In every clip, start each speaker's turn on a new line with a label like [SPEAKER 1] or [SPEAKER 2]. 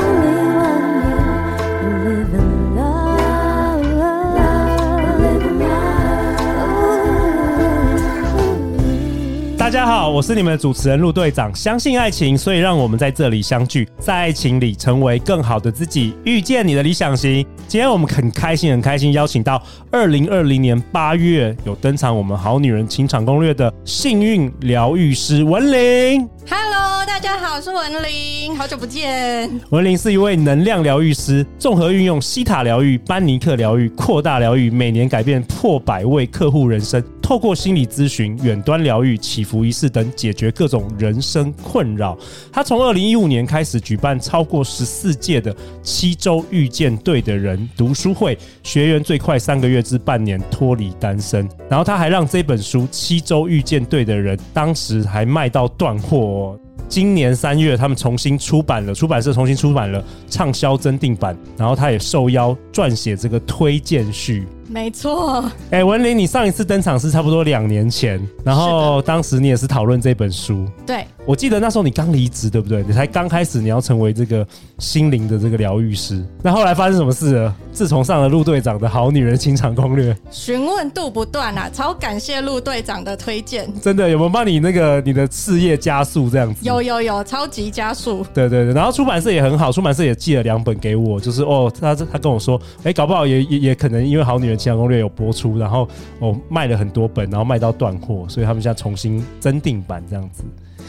[SPEAKER 1] only when you live in love, live in love.
[SPEAKER 2] 大家好，我是你们的主持人陆队长。相信爱情，所以让我们在这里相聚，在爱情里成为更好的自己，遇见你的理想型。今天我们很开心，很开心邀请到二零二零年八月有登场我们《好女人情场攻略》的幸运疗愈师文玲。
[SPEAKER 3] Hello，大家好，我是文玲，好久不见。
[SPEAKER 2] 文玲是一位能量疗愈师，综合运用西塔疗愈、班尼克疗愈、扩大疗愈，每年改变破百位客户人生。透过心理咨询、远端疗愈、祈福仪式等，解决各种人生困扰。他从二零一五年开始举办超过十四届的七周遇见对的人读书会，学员最快三个月至半年脱离单身。然后他还让这本书《七周遇见对的人》当时还卖到断货哦。今年三月，他们重新出版了，出版社重新出版了畅销增订版，然后他也受邀撰写这个推荐序。
[SPEAKER 3] 没错，
[SPEAKER 2] 哎、文林，你上一次登场是差不多两年前，然后当时你也是讨论这本书，
[SPEAKER 3] 对，
[SPEAKER 2] 我记得那时候你刚离职，对不对？你才刚开始，你要成为这个心灵的这个疗愈师。那后来发生什么事了？自从上了陆队长的《好女人情场攻略》，
[SPEAKER 3] 询问度不断啊，超感谢陆队长的推荐，
[SPEAKER 2] 真的有没有帮你那个你的事业加速这样子？
[SPEAKER 3] 有有有，超级加速。
[SPEAKER 2] 对对对，然后出版社也很好，出版社也寄了两本给我，就是哦，他他跟我说，哎，搞不好也也也可能因为《好女人情感攻略》有播出，然后哦卖了很多本，然后卖到断货，所以他们现在重新增订版这样子。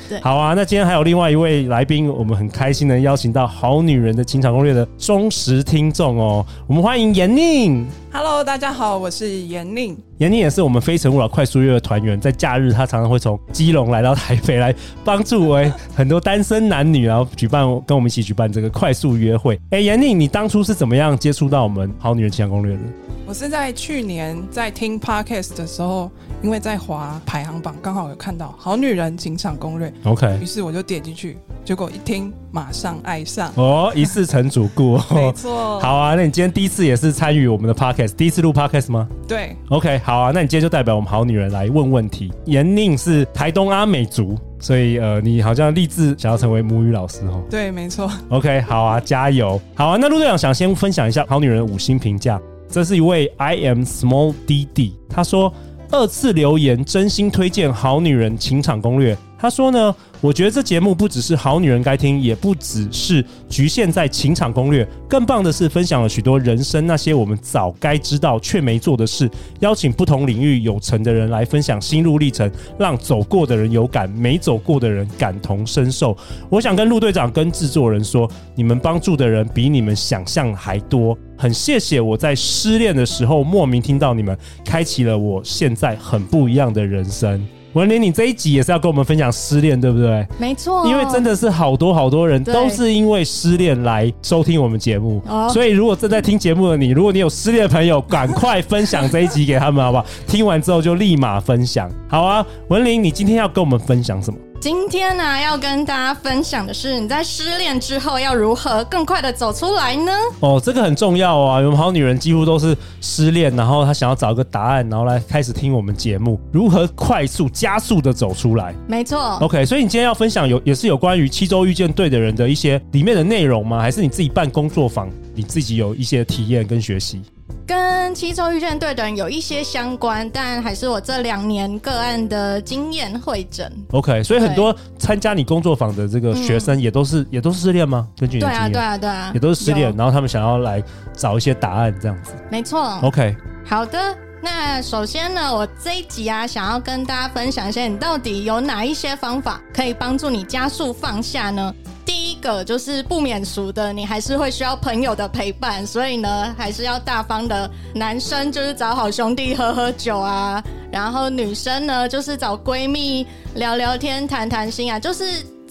[SPEAKER 3] 对
[SPEAKER 2] 好啊，那今天还有另外一位来宾，我们很开心能邀请到《好女人的情场攻略》的忠实听众哦，我们欢迎严宁。
[SPEAKER 4] Hello，大家好，我是严令。
[SPEAKER 2] 闫妮也是我们非诚勿扰快速约的团员，在假日她常常会从基隆来到台北来帮助我很多单身男女，然后举办跟我们一起举办这个快速约会。哎、闫妮，你当初是怎么样接触到我们《好女人情感攻略》的？
[SPEAKER 4] 我是在去年在听 podcast 的时候，因为在滑排行榜，刚好有看到《好女人情场攻略》，于
[SPEAKER 2] OK，
[SPEAKER 4] 是我就点进去，结果一听马上爱上。
[SPEAKER 2] 哦，一次成主顾。哦
[SPEAKER 4] 没错，
[SPEAKER 2] 好啊，那你今天第一次也是参与我们的 podcast，第一次录 podcast 吗
[SPEAKER 4] 对，
[SPEAKER 2] ？OK，好啊，那你今天就代表我们好女人来问问题。闫宁是台东阿美族，所以呃，你好像立志想要成为母语老师哦。
[SPEAKER 4] 对，没错，
[SPEAKER 2] OK，好啊，加油！好啊，那陆队长想先分享一下《好女人》五星评价，这是一位 I am small dd，他说二次留言真心推荐《好女人情场攻略》。他说呢，我觉得这节目不只是好女人该听，也不只是局限在情场攻略，更棒的是分享了许多人生那些我们早该知道却没做的事，邀请不同领域有成的人来分享心路历程，让走过的人有感，没走过的人感同身受。我想跟陆队长跟制作人说，你们帮助的人比你们想象还多，很谢谢我在失恋的时候莫名听到你们，开启了我现在很不一样的人生。文林，你这一集也是要跟我们分享失恋，对不对？
[SPEAKER 3] 没错，
[SPEAKER 2] 因为真的是好多好多人
[SPEAKER 3] 对
[SPEAKER 2] 都是因为失恋来收听我们节目，
[SPEAKER 3] 哦
[SPEAKER 2] 所以如果正在听节目的你，如果你有失恋的朋友，赶快分享这一集给他们，好不好？听完之后就立马分享。好啊，文林，你今天要跟我们分享什么？
[SPEAKER 3] 今天呢、要跟大家分享的是，你在失恋之后要如何更快的走出来呢？
[SPEAKER 2] 哦，这个很重要啊！我们好女人几乎都是失恋，然后她想要找一个答案，然后来开始听我们节目，如何快速加速的走出来。
[SPEAKER 3] 没错，
[SPEAKER 2] OK，所以你今天要分享有也是有关于七周遇见对的人的一些里面的内容吗？还是你自己办工作坊，你自己有一些体验跟学习？
[SPEAKER 3] 跟七周遇见对的人有一些相关，但还是我这两年个案的经验会诊。
[SPEAKER 2] OK，所以很多参加你工作坊的这个学生也都是、也都是失恋吗？根据你
[SPEAKER 3] 嗯对
[SPEAKER 2] 的经
[SPEAKER 3] 啊，
[SPEAKER 2] 验，
[SPEAKER 3] 对啊，对啊，
[SPEAKER 2] 也都是失恋，
[SPEAKER 3] 有，
[SPEAKER 2] 然后他们想要来找一些答案这样子。
[SPEAKER 3] 没错。
[SPEAKER 2] OK，
[SPEAKER 3] 好的，那首先呢，我这一集啊，想要跟大家分享一下，你到底有哪一些方法可以帮助你加速放下呢？第一个就是不免俗的，你还是会需要朋友的陪伴，所以呢，还是要大方的。男生就是找好兄弟喝喝酒啊，然后女生呢，就是找闺蜜聊聊天、谈谈心啊，就是。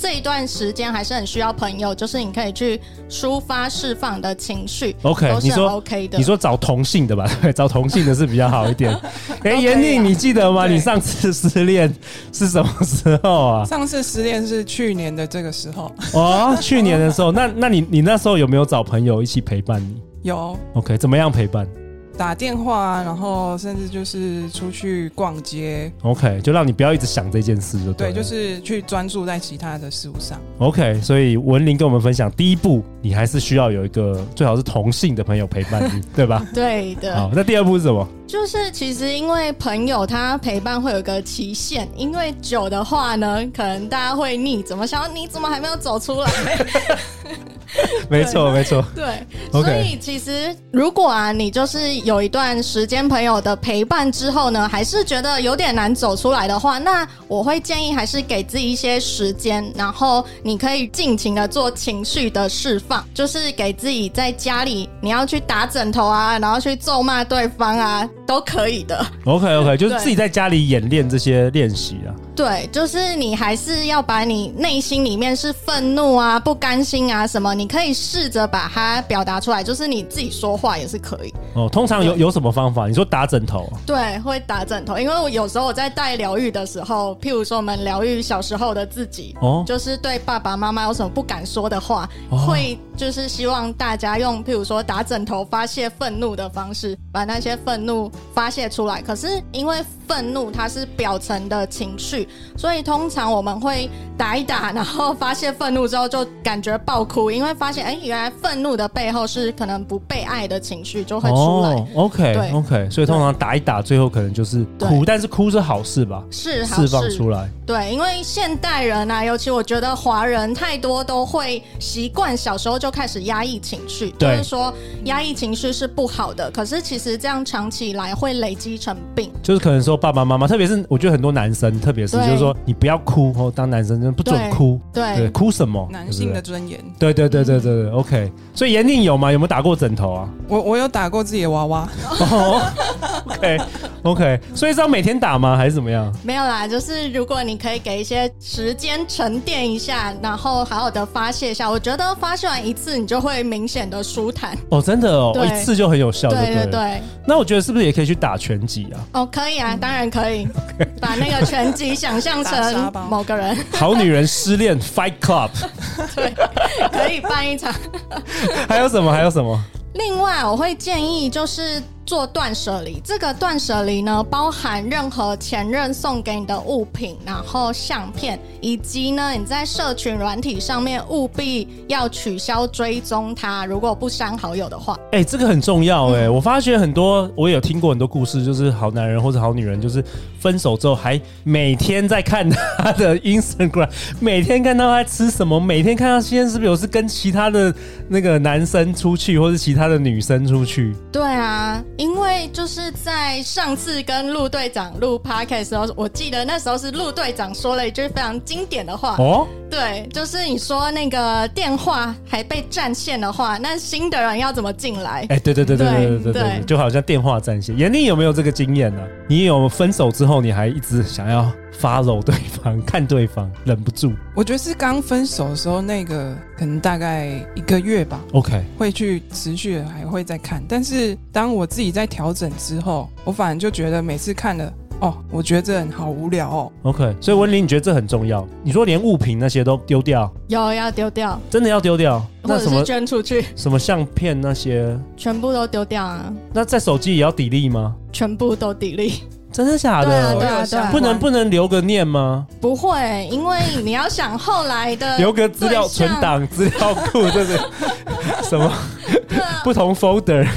[SPEAKER 3] 这一段时间还是很需要朋友，就是你可以去抒发释放的情绪
[SPEAKER 2] OK，
[SPEAKER 3] 都
[SPEAKER 2] 你
[SPEAKER 3] 是啊很
[SPEAKER 2] 说
[SPEAKER 3] OK 的。
[SPEAKER 2] 你说找同性的吧， 对，找同性的是比较好一 点。哎、
[SPEAKER 3] 以
[SPEAKER 2] 严
[SPEAKER 3] 啊
[SPEAKER 2] 宁，你记得吗？
[SPEAKER 4] 对
[SPEAKER 2] 你上次失恋是什么时候 啊？
[SPEAKER 4] 上次失恋是去年的这个时候，
[SPEAKER 2] 哦，去年的时候。那那你你那时候有没有找朋友一起陪伴你？
[SPEAKER 4] 有
[SPEAKER 2] OK，怎么样陪伴
[SPEAKER 4] 打电话，啊然后甚至就是出去逛街，
[SPEAKER 2] ？OK，就让你不要一直想这件事就对
[SPEAKER 4] 对，
[SPEAKER 2] 了。
[SPEAKER 4] 就是去专注在其他的事物上。
[SPEAKER 2] OK，所以文林跟我们分享，第一步你还是需要有一个最好是同性的朋友陪伴 你，对吧？
[SPEAKER 3] 对的，
[SPEAKER 2] 好，那第二步是什么？
[SPEAKER 3] 就是其实因为朋友他陪伴会有个期限，因为久的话呢，可能大家会腻，怎么想你怎么还没有走出来？
[SPEAKER 2] 没错，没错。
[SPEAKER 3] 对，
[SPEAKER 2] OK
[SPEAKER 3] 所以其实如果啊，你就是有一段时间朋友的陪伴之后呢，还是觉得有点难走出来的话，那我会建议还是给自己一些时间，然后你可以尽情的做情绪的释放，就是给自己在家里你要去打枕头啊，然后去咒骂对方啊，都可以的。
[SPEAKER 2] OK，OK，就是
[SPEAKER 3] 对
[SPEAKER 2] 自己在家里演练这些练习啊。
[SPEAKER 3] 对，就是你还是要把你内心里面是愤怒啊、不甘心啊什么，你可以试着把它表达出来，就是你自己说话也是可以。
[SPEAKER 2] 哦，通常有有什么方法？你说打枕头，啊
[SPEAKER 3] 对，会打枕头，因为我有时候我在带疗愈的时候，譬如说我们疗愈小时候的自己，
[SPEAKER 2] 哦
[SPEAKER 3] 就是对爸爸妈妈有什么不敢说的话，
[SPEAKER 2] 哦
[SPEAKER 3] 会就是希望大家用譬如说打枕头发泄愤怒的方式，把那些愤怒发泄出来。可是因为愤怒它是表层的情绪，所以通常我们会打一打，然后发泄愤怒之后就感觉爆哭，因为发现哎、原来愤怒的背后是可能不被爱的情绪就会出来。
[SPEAKER 2] 哦，OK
[SPEAKER 3] 对
[SPEAKER 2] OK，所以通常打一打，最后可能就是哭，
[SPEAKER 3] 对
[SPEAKER 2] 但是哭是好事吧？
[SPEAKER 3] 是好
[SPEAKER 2] 释放
[SPEAKER 3] 事
[SPEAKER 2] 出来。
[SPEAKER 3] 对，因为现代人啊，尤其我觉得华人太多都会习惯小时候就开始压抑情绪，就
[SPEAKER 2] 对
[SPEAKER 3] 是说压抑情绪是不好的。可是其实这样长期以来会累积成病。
[SPEAKER 2] 就是可能说爸爸妈妈，特别是我觉得很多男生，特别是
[SPEAKER 3] 对
[SPEAKER 2] 就是说你不要哭哦，当男生真的不准
[SPEAKER 3] 对
[SPEAKER 2] 哭，
[SPEAKER 3] 对嗯
[SPEAKER 2] 对，哭什么？
[SPEAKER 4] 男性的
[SPEAKER 2] 对不
[SPEAKER 4] 尊严，
[SPEAKER 2] 哦对，对对对对对对，OK。所以严定有吗？有没有打过枕头 啊
[SPEAKER 4] 我我有打过自己的娃娃，
[SPEAKER 2] ？OK OK，所以是要每天打吗？还是怎么样？
[SPEAKER 3] 没有啦，就是如果你可以给一些时间沉淀一下，然后好好的发泄一下，我觉得发泄完一次你就会明显的舒坦。
[SPEAKER 2] 哦，真的哦，
[SPEAKER 3] 对
[SPEAKER 2] 一次就很有效， 对
[SPEAKER 3] 对
[SPEAKER 2] 不对
[SPEAKER 3] 对
[SPEAKER 2] 了？
[SPEAKER 3] 对，
[SPEAKER 2] 那我觉得是不是也可以去打拳击啊？
[SPEAKER 3] 哦，可以啊，当然可 以，把那个拳击想象
[SPEAKER 4] 打沙
[SPEAKER 3] 成
[SPEAKER 4] 包
[SPEAKER 3] 某个人，
[SPEAKER 2] 好女人失恋 Fight Club，
[SPEAKER 3] 对，可以办一场。
[SPEAKER 2] 还有什么？还有什么？
[SPEAKER 3] 另外，我会建议就是做断舍离。这个断舍离呢，包含任何前任送给你的物品，然后相片，以及呢你在社群软体上面务必要取消追踪它，如果不删好友的话。
[SPEAKER 2] 哎、这个很重要哎、我发觉很多，我也有听过很多故事，就是好男人或者好女人，就是分手之后还每天在看他的 Instagram，每天看到他吃什么，每天看到现在是不是有是跟其他的那个男生出去，或是其他的女生出去。
[SPEAKER 3] 对啊，因为就是在上次跟陆队长录 podcast 的时候，我记得那时候是陆队长说了一句非常经典的话，
[SPEAKER 2] 哦，
[SPEAKER 3] 对，就是你说那个电话还被占线的话，那新的人要怎么进来？
[SPEAKER 2] 哎、对对对对对对对
[SPEAKER 3] 对
[SPEAKER 2] 对
[SPEAKER 3] 对
[SPEAKER 2] 就好像电话占线。严令有没有这个经验呢、啊你有分手之后，你还一直想要 follow 对方，看对方，忍不住。
[SPEAKER 4] 我觉得是刚分手的时候那个，可能大概一个月吧，
[SPEAKER 2] OK，
[SPEAKER 4] 会去持续的还会再看。但是当我自己在调整之后，我反而就觉得每次看了，哦，我觉得这人好无聊哦。
[SPEAKER 2] OK，所以文林，你觉得这很重要？你说连物品那些都丢掉，
[SPEAKER 3] 有要丢掉，
[SPEAKER 2] 真的要丢掉？
[SPEAKER 3] 或
[SPEAKER 2] 那
[SPEAKER 3] 者
[SPEAKER 2] 什
[SPEAKER 3] 是
[SPEAKER 2] 么
[SPEAKER 3] 捐出去，
[SPEAKER 2] 什么相片那些，
[SPEAKER 3] 全部都丢掉啊，
[SPEAKER 2] 那在手机也要砥砺吗？
[SPEAKER 3] 全部都砥砺。
[SPEAKER 2] 真的假
[SPEAKER 3] 对啊，
[SPEAKER 2] 的？
[SPEAKER 3] 对啊，
[SPEAKER 4] 有
[SPEAKER 3] 对
[SPEAKER 4] 想
[SPEAKER 3] 啊
[SPEAKER 4] 过
[SPEAKER 2] 不能不能留个念吗？
[SPEAKER 3] 不会，因为你要想后来 的
[SPEAKER 2] 留个资料
[SPEAKER 3] 呃对
[SPEAKER 2] 存
[SPEAKER 3] 象
[SPEAKER 2] 档、资料库，这是 什么
[SPEAKER 3] 对啊
[SPEAKER 2] 不同 folder？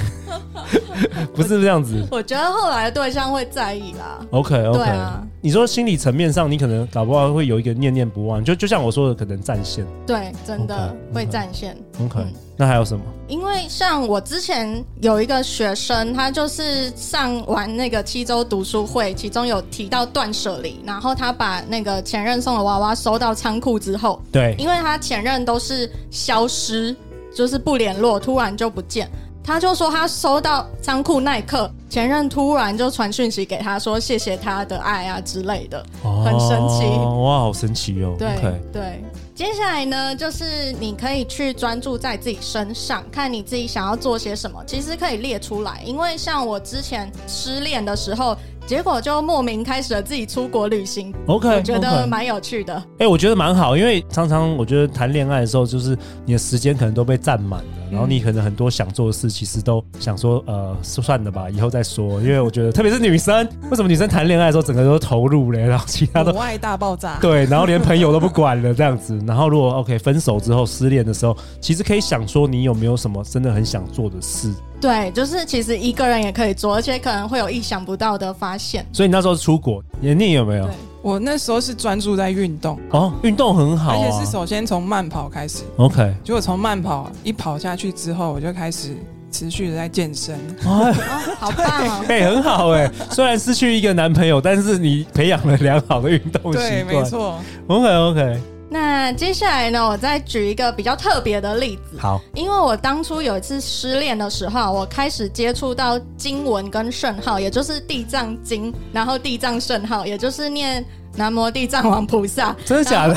[SPEAKER 2] 不是这样子。
[SPEAKER 3] 我觉得后来的对象会在意啦。
[SPEAKER 2] OK OK，、
[SPEAKER 3] 对啊
[SPEAKER 2] 你说心理层面上，你可能搞不好会有一个念念不忘，就就像我说的，可能占线。
[SPEAKER 3] 对，真的
[SPEAKER 2] OK，OK
[SPEAKER 3] 会占线。
[SPEAKER 2] OK，、
[SPEAKER 3] 嗯
[SPEAKER 2] 那还有什么？
[SPEAKER 3] 因为像我之前有一个学生，他就是上完那个七周读书会，其中有提到断舍离，然后他把那个前任送的娃娃收到仓库之后，
[SPEAKER 2] 对，
[SPEAKER 3] 因为他前任都是消失，就是不联络，突然就不见。他就说他收到仓库那一刻，前任突然就传讯息给他说谢谢他的爱啊之类的。
[SPEAKER 2] 哦
[SPEAKER 3] 很神奇
[SPEAKER 2] 哇，好神奇哦。
[SPEAKER 3] 对
[SPEAKER 2] OK，
[SPEAKER 3] 对，接下来呢，就是你可以去专注在自己身上，看你自己想要做些什么。其实可以列出来，因为像我之前失恋的时候，结果就莫名开始了自己出国旅行，
[SPEAKER 2] OK，
[SPEAKER 3] 我觉
[SPEAKER 2] OK
[SPEAKER 3] 得蛮有趣的。
[SPEAKER 2] 哎、我觉得蛮好，因为常常我觉得谈恋爱的时候，就是你的时间可能都被占满了，然后你可能很多想做的事，其实都想说，呃，算了吧，以后再说。因为我觉得，特别是女生，为什么女生谈恋爱的时候整个都投入嘞，然后其他 都
[SPEAKER 4] 母爱大爆炸，
[SPEAKER 2] 对，然后连朋友都不管了这样子。然后如果 OK 分手之后失恋的时候，其实可以想说你有没有什么真的很想做的事。
[SPEAKER 3] 对，就是其实一个人也可以做，而且可能会有意想不到的发现。
[SPEAKER 2] 所以你那时候出国，你你有没有
[SPEAKER 3] 对？
[SPEAKER 4] 我那时候是专注在运动，
[SPEAKER 2] 哦，运动很好、
[SPEAKER 4] 而
[SPEAKER 2] 啊，
[SPEAKER 4] 且是首先从慢跑开始，
[SPEAKER 2] OK，
[SPEAKER 4] 结果从慢跑一跑下去之后，我就开始持续的在健身，
[SPEAKER 2] 哎
[SPEAKER 3] 哦，好棒哦！
[SPEAKER 2] 哎、很好哎、虽然失去一个男朋友，但是你培养了良好的运动习惯。Oh
[SPEAKER 4] 对，没错，
[SPEAKER 2] OK OK，
[SPEAKER 3] 那接下来呢，我再举一个比较特别的例子，
[SPEAKER 2] 好，
[SPEAKER 3] 因为我当初有一次失恋的时候，我开始接触到经文跟圣号，也就是地藏经，然后地藏圣号，也就是念南无地藏王菩萨。
[SPEAKER 2] 啊真的假的？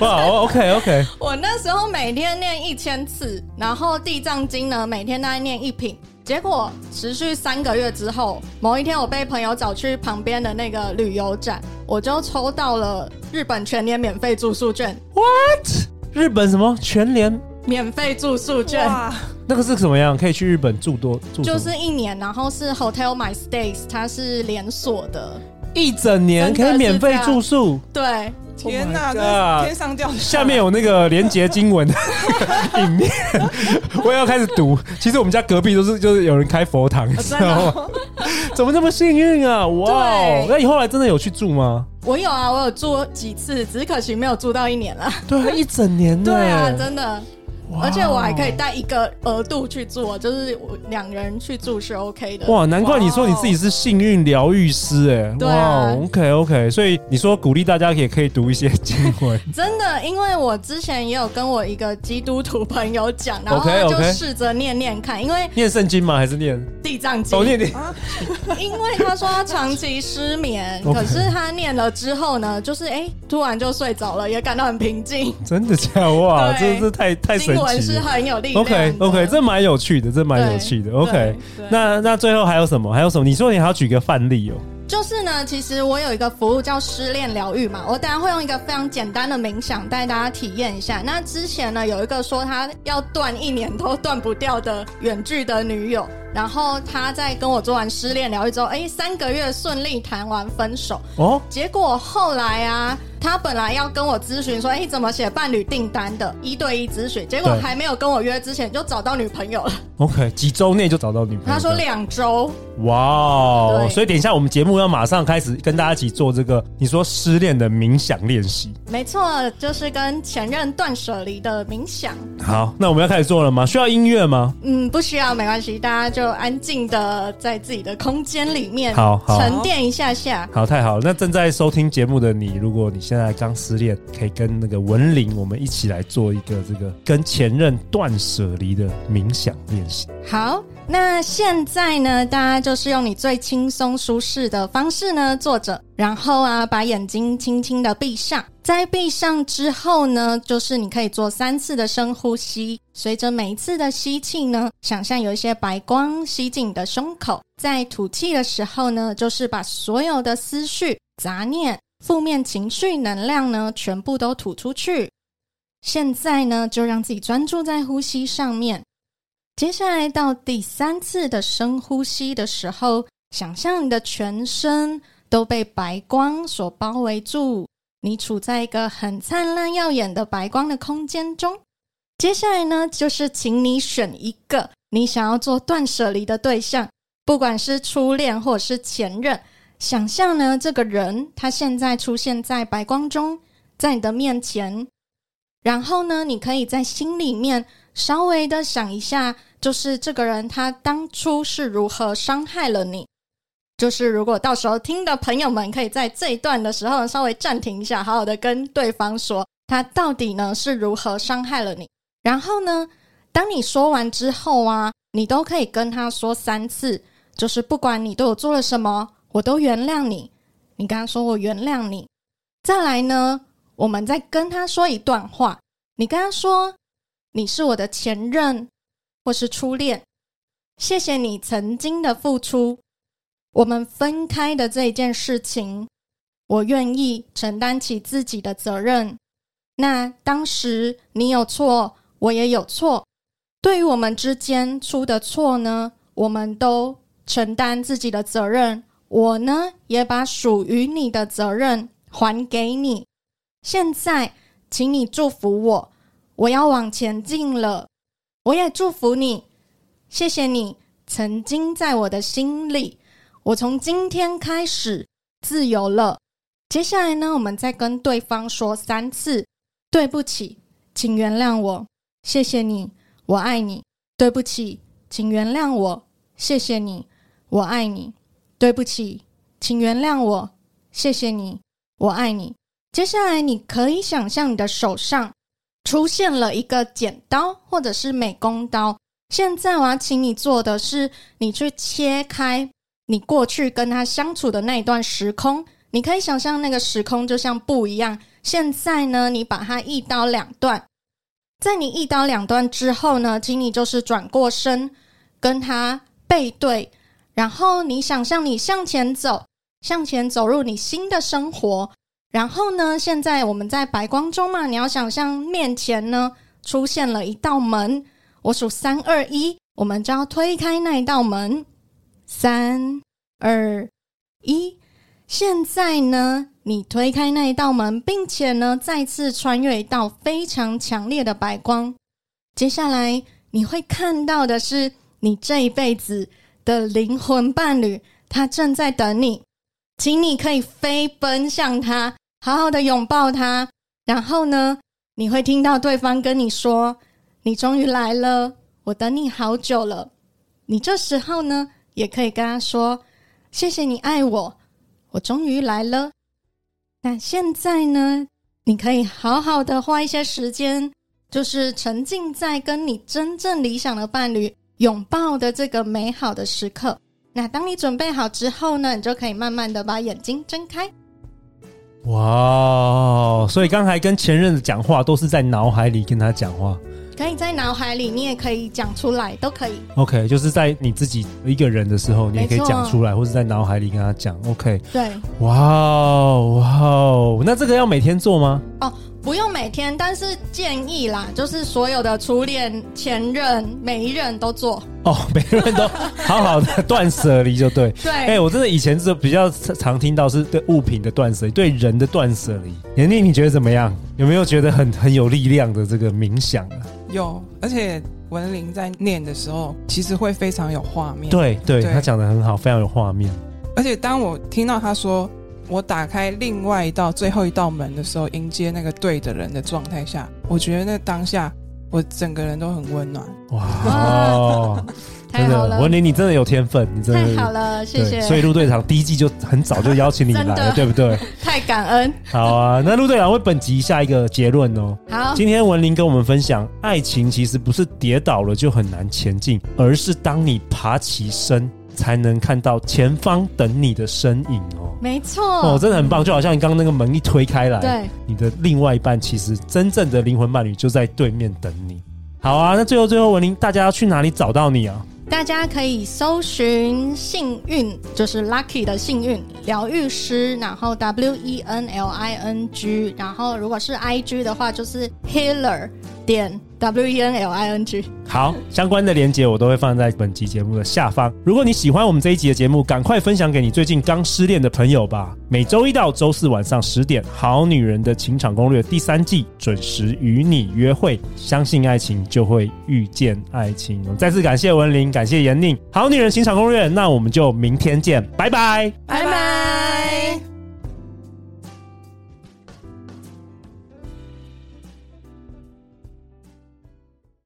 [SPEAKER 2] 哇 哇，OK OK，
[SPEAKER 3] 我那时候每天念一千次，然后地藏经呢每天大概念一品。结果持续三个月之后，某一天我被朋友找去旁边的那个旅游展，我就抽到了日本全年免费住宿券，
[SPEAKER 2] 日本什么全联？
[SPEAKER 3] 免费住宿券。
[SPEAKER 4] 哇，
[SPEAKER 2] 那个是怎么样？可以去日本住多住什
[SPEAKER 3] 就
[SPEAKER 2] 么？
[SPEAKER 3] 是一年，然后是 Hotel My Stays，它是连锁的，
[SPEAKER 2] 一整年可以免费住宿。
[SPEAKER 3] 对，
[SPEAKER 4] 天
[SPEAKER 2] Oh
[SPEAKER 4] 哪，
[SPEAKER 2] my
[SPEAKER 4] 这
[SPEAKER 2] God
[SPEAKER 4] 是天上掉下
[SPEAKER 2] 下面有那个连结经文的 影片，我也要开始读。其实我们家隔壁都是就是有人开佛堂，你知
[SPEAKER 3] 真的
[SPEAKER 2] 道吗？怎么那么幸运啊？哇哦！
[SPEAKER 3] 对
[SPEAKER 2] 那你后来真的有去住吗？
[SPEAKER 3] 我有啊，我有住几次，只是可惜没有住到一年啦。
[SPEAKER 2] 对啊，一整年呢。
[SPEAKER 3] 对啊，真的，
[SPEAKER 2] 哇哦
[SPEAKER 3] 而且我还可以带一个额度去住，就是我两人去住是 OK 的。
[SPEAKER 2] 哇，难怪你说你自己是幸运疗愈师哎、
[SPEAKER 3] 对
[SPEAKER 2] 哇
[SPEAKER 3] 啊
[SPEAKER 2] ，OK OK，所以你说鼓励大家也可以读一些经 文，
[SPEAKER 3] 真的，因为我之前也有跟我一个基督徒朋友讲，然后
[SPEAKER 2] OK，
[SPEAKER 3] 他就
[SPEAKER 2] OK
[SPEAKER 3] 试着念念看，因为
[SPEAKER 2] 念圣经吗？还是念？
[SPEAKER 3] 地藏经啊
[SPEAKER 2] 哦，念念。
[SPEAKER 3] 因为他说他长期失眠，
[SPEAKER 2] OK
[SPEAKER 3] 可是他念了之后呢，就是哎、突然就睡着了，也感到很平静。
[SPEAKER 2] 真的假的哇？这
[SPEAKER 3] 对
[SPEAKER 2] 这太太神
[SPEAKER 3] 经文
[SPEAKER 2] 奇
[SPEAKER 3] 是
[SPEAKER 2] 了。
[SPEAKER 3] 很有力量的。
[SPEAKER 2] OK OK，这蛮有趣的，这蛮有趣的。
[SPEAKER 3] 对
[SPEAKER 2] OK，
[SPEAKER 3] 对
[SPEAKER 2] 那那最后还有什么？还有什么？你说你还要举个范例哦。
[SPEAKER 3] 就是呢，其实我有一个服务叫失恋疗愈嘛，我等一下会用一个非常简单的冥想带大家体验一下。那之前呢，有一个说他要断一年都断不掉的远距的女友，然后他在跟我做完失恋疗愈之后，哎、三个月顺利谈完分手，
[SPEAKER 2] 哦，
[SPEAKER 3] 结果后来啊，他本来要跟我咨询说，哎、怎么写伴侣订单的，一对一咨询，结果
[SPEAKER 2] 对
[SPEAKER 3] 还没有跟我约之前就找到女朋友了。
[SPEAKER 2] OK，几周内就找到女朋友。
[SPEAKER 3] 他说两周，
[SPEAKER 2] 哇哦，
[SPEAKER 3] 对
[SPEAKER 2] 所以等一下我们节目要马上开始跟大家一起做这个你说失恋的冥想练习。
[SPEAKER 3] 没错，就是跟前任断舍离的冥想。
[SPEAKER 2] 好，那我们要开始做了吗？需要音乐吗？
[SPEAKER 3] 嗯，不需要，没关系，大家就安静的在自己的空间里面
[SPEAKER 2] 好好
[SPEAKER 3] 沉淀一下下。
[SPEAKER 2] 好，太好了！那正在收听节目的你，如果你现在刚失恋，可以跟那个文玲我们一起来做一个这个跟前任断舍离的冥想练习。
[SPEAKER 3] 好，那现在呢，大家就是用你最轻松舒适的方式呢坐着，然后啊，把眼睛轻轻的闭上。在闭上之后呢，就是你可以做三次的深呼吸，随着每一次的吸气呢，想象有一些白光吸进你的胸口。在吐气的时候呢，就是把所有的思绪、杂念、负面情绪、能量呢，全部都吐出去。现在呢，就让自己专注在呼吸上面。接下来到第三次的深呼吸的时候，想象你的全身都被白光所包围住，你处在一个很灿烂耀眼的白光的空间中。接下来呢，就是请你选一个你想要做断舍离的对象，不管是初恋或者是前任。想象呢，这个人他现在出现在白光中，在你的面前，然后呢，你可以在心里面稍微的想一下，就是这个人他当初是如何伤害了你。就是如果到时候听的朋友们，可以在这一段的时候稍微暂停一下，好好的跟对方说他到底呢是如何伤害了你。然后呢，当你说完之后啊，你都可以跟他说三次，就是不管你对我做了什么，我都原谅你。你跟他说我原谅你。再来呢，我们再跟他说一段话，你跟他说你是我的前任或是初恋，谢谢你曾经的付出。我们分开的这一件事情，我愿意承担起自己的责任。那当时你有错，我也有错，对于我们之间出的错呢，我们都承担自己的责任。我呢，也把属于你的责任还给你。现在，请你祝福我，我要往前进了。我也祝福你，谢谢你曾经在我的心里。我从今天开始自由了。接下来呢，我们再跟对方说三次：对不起，请原谅我，谢谢你，我爱你。对不起，请原谅我，谢谢你，我爱你。对不起，请原谅我，谢谢你，我爱你。接下来，你可以想象你的手上出现了一个剪刀或者是美工刀。现在我要请你做的是，你去切开你过去跟他相处的那一段时空，你可以想象那个时空就像布一样。现在呢，你把它一刀两断，在你一刀两断之后呢，请你就是转过身，跟他背对，然后你想象你向前走，向前走入你新的生活。然后呢，现在我们在白光中嘛，你要想象面前呢出现了一道门，我数三二一，我们就要推开那一道门。三二一，现在呢，你推开那一道门，并且呢，再次穿越一道非常强烈的白光。接下来你会看到的是你这一辈子的灵魂伴侣，他正在等你，请你可以飞奔向他，好好的拥抱他。然后呢，你会听到对方跟你说：“你终于来了，我等你好久了。”你这时候呢，也可以跟他说：“谢谢你爱我，我终于来了。”那现在呢，你可以好好的花一些时间，就是沉浸在跟你真正理想的伴侣拥抱的这个美好的时刻。那当你准备好之后呢，你就可以慢慢的把眼睛睁开。
[SPEAKER 2] 哇哦！所以刚才跟前任的讲话都是在脑海里跟他讲话。
[SPEAKER 3] 可以在脑海里，你也可以讲出来，都可以。
[SPEAKER 2] OK，就是在你自己一个人的时候，你也可以
[SPEAKER 3] 没错
[SPEAKER 2] 讲出来，或者在脑海里跟他讲。OK，
[SPEAKER 3] 对，
[SPEAKER 2] 哇哦哇哦！那这个要每天做吗？
[SPEAKER 3] 不用每天，但是建议啦，就是所有的初恋、前任、每一任都做。
[SPEAKER 2] 哦，每个人都好好的断舍离就对。
[SPEAKER 3] 对，
[SPEAKER 2] 哎、我真的以前是比较常听到是对物品的断舍离，对人的断舍离。严丽，你觉得怎么样？有没有觉得很很有力量的这个冥想啊？
[SPEAKER 4] 有，而且文玲在念的时候，其实会非常有画面。，
[SPEAKER 2] 对对，
[SPEAKER 4] 对
[SPEAKER 2] 他讲的很好，非常有画面。
[SPEAKER 4] 而且当我听到她说我打开另外一道最后一道门的时候，迎接那个对的人的状态下，我觉得那当下我整个人都很温暖。
[SPEAKER 2] 哇哦，
[SPEAKER 3] 太
[SPEAKER 2] 真
[SPEAKER 3] 好
[SPEAKER 2] 的，
[SPEAKER 3] 了
[SPEAKER 2] 文，林，你真的有天分，你真的
[SPEAKER 3] 太好了，谢
[SPEAKER 2] 对
[SPEAKER 3] 谢，
[SPEAKER 2] 所以陆队长第一季就很早就邀请你来
[SPEAKER 3] 真
[SPEAKER 2] 了，
[SPEAKER 3] 的
[SPEAKER 2] 对不对？
[SPEAKER 3] 太感恩。
[SPEAKER 2] 好啊，那陆队长为本集下一个结论哦。
[SPEAKER 3] 好，
[SPEAKER 2] 今天文林跟我们分享，爱情其实不是跌倒了就很难前进，而是当你爬起身，才能看到前方等你的身影哦。
[SPEAKER 3] 没
[SPEAKER 2] 哦，
[SPEAKER 3] 错，
[SPEAKER 2] 真的很棒，就好像你刚刚那个门一推开来，
[SPEAKER 3] 对，
[SPEAKER 2] 你的另外一半其实真正的灵魂伴侣就在对面等你。好啊，那最后最后文林，大家要去哪里找到你啊？
[SPEAKER 3] 大家可以搜寻幸运，就是 lucky 的幸运疗愈师，然后 W E N L I N G，然后如果是 I G 的话，就是 healer 点 W E N L I N G。
[SPEAKER 2] 好，相关的连接我都会放在本集节目的下方。如果你喜欢我们这一集的节目，赶快分享给你最近刚失恋的朋友吧。每周一到周四晚上十点，《好女人的情场攻略》第三季准时与你约会。相信爱情，就会遇见爱情。我们再次感谢文玲，感谢严宁，《好女人情场攻略》。那我们就明天见，拜拜。
[SPEAKER 3] 拜拜。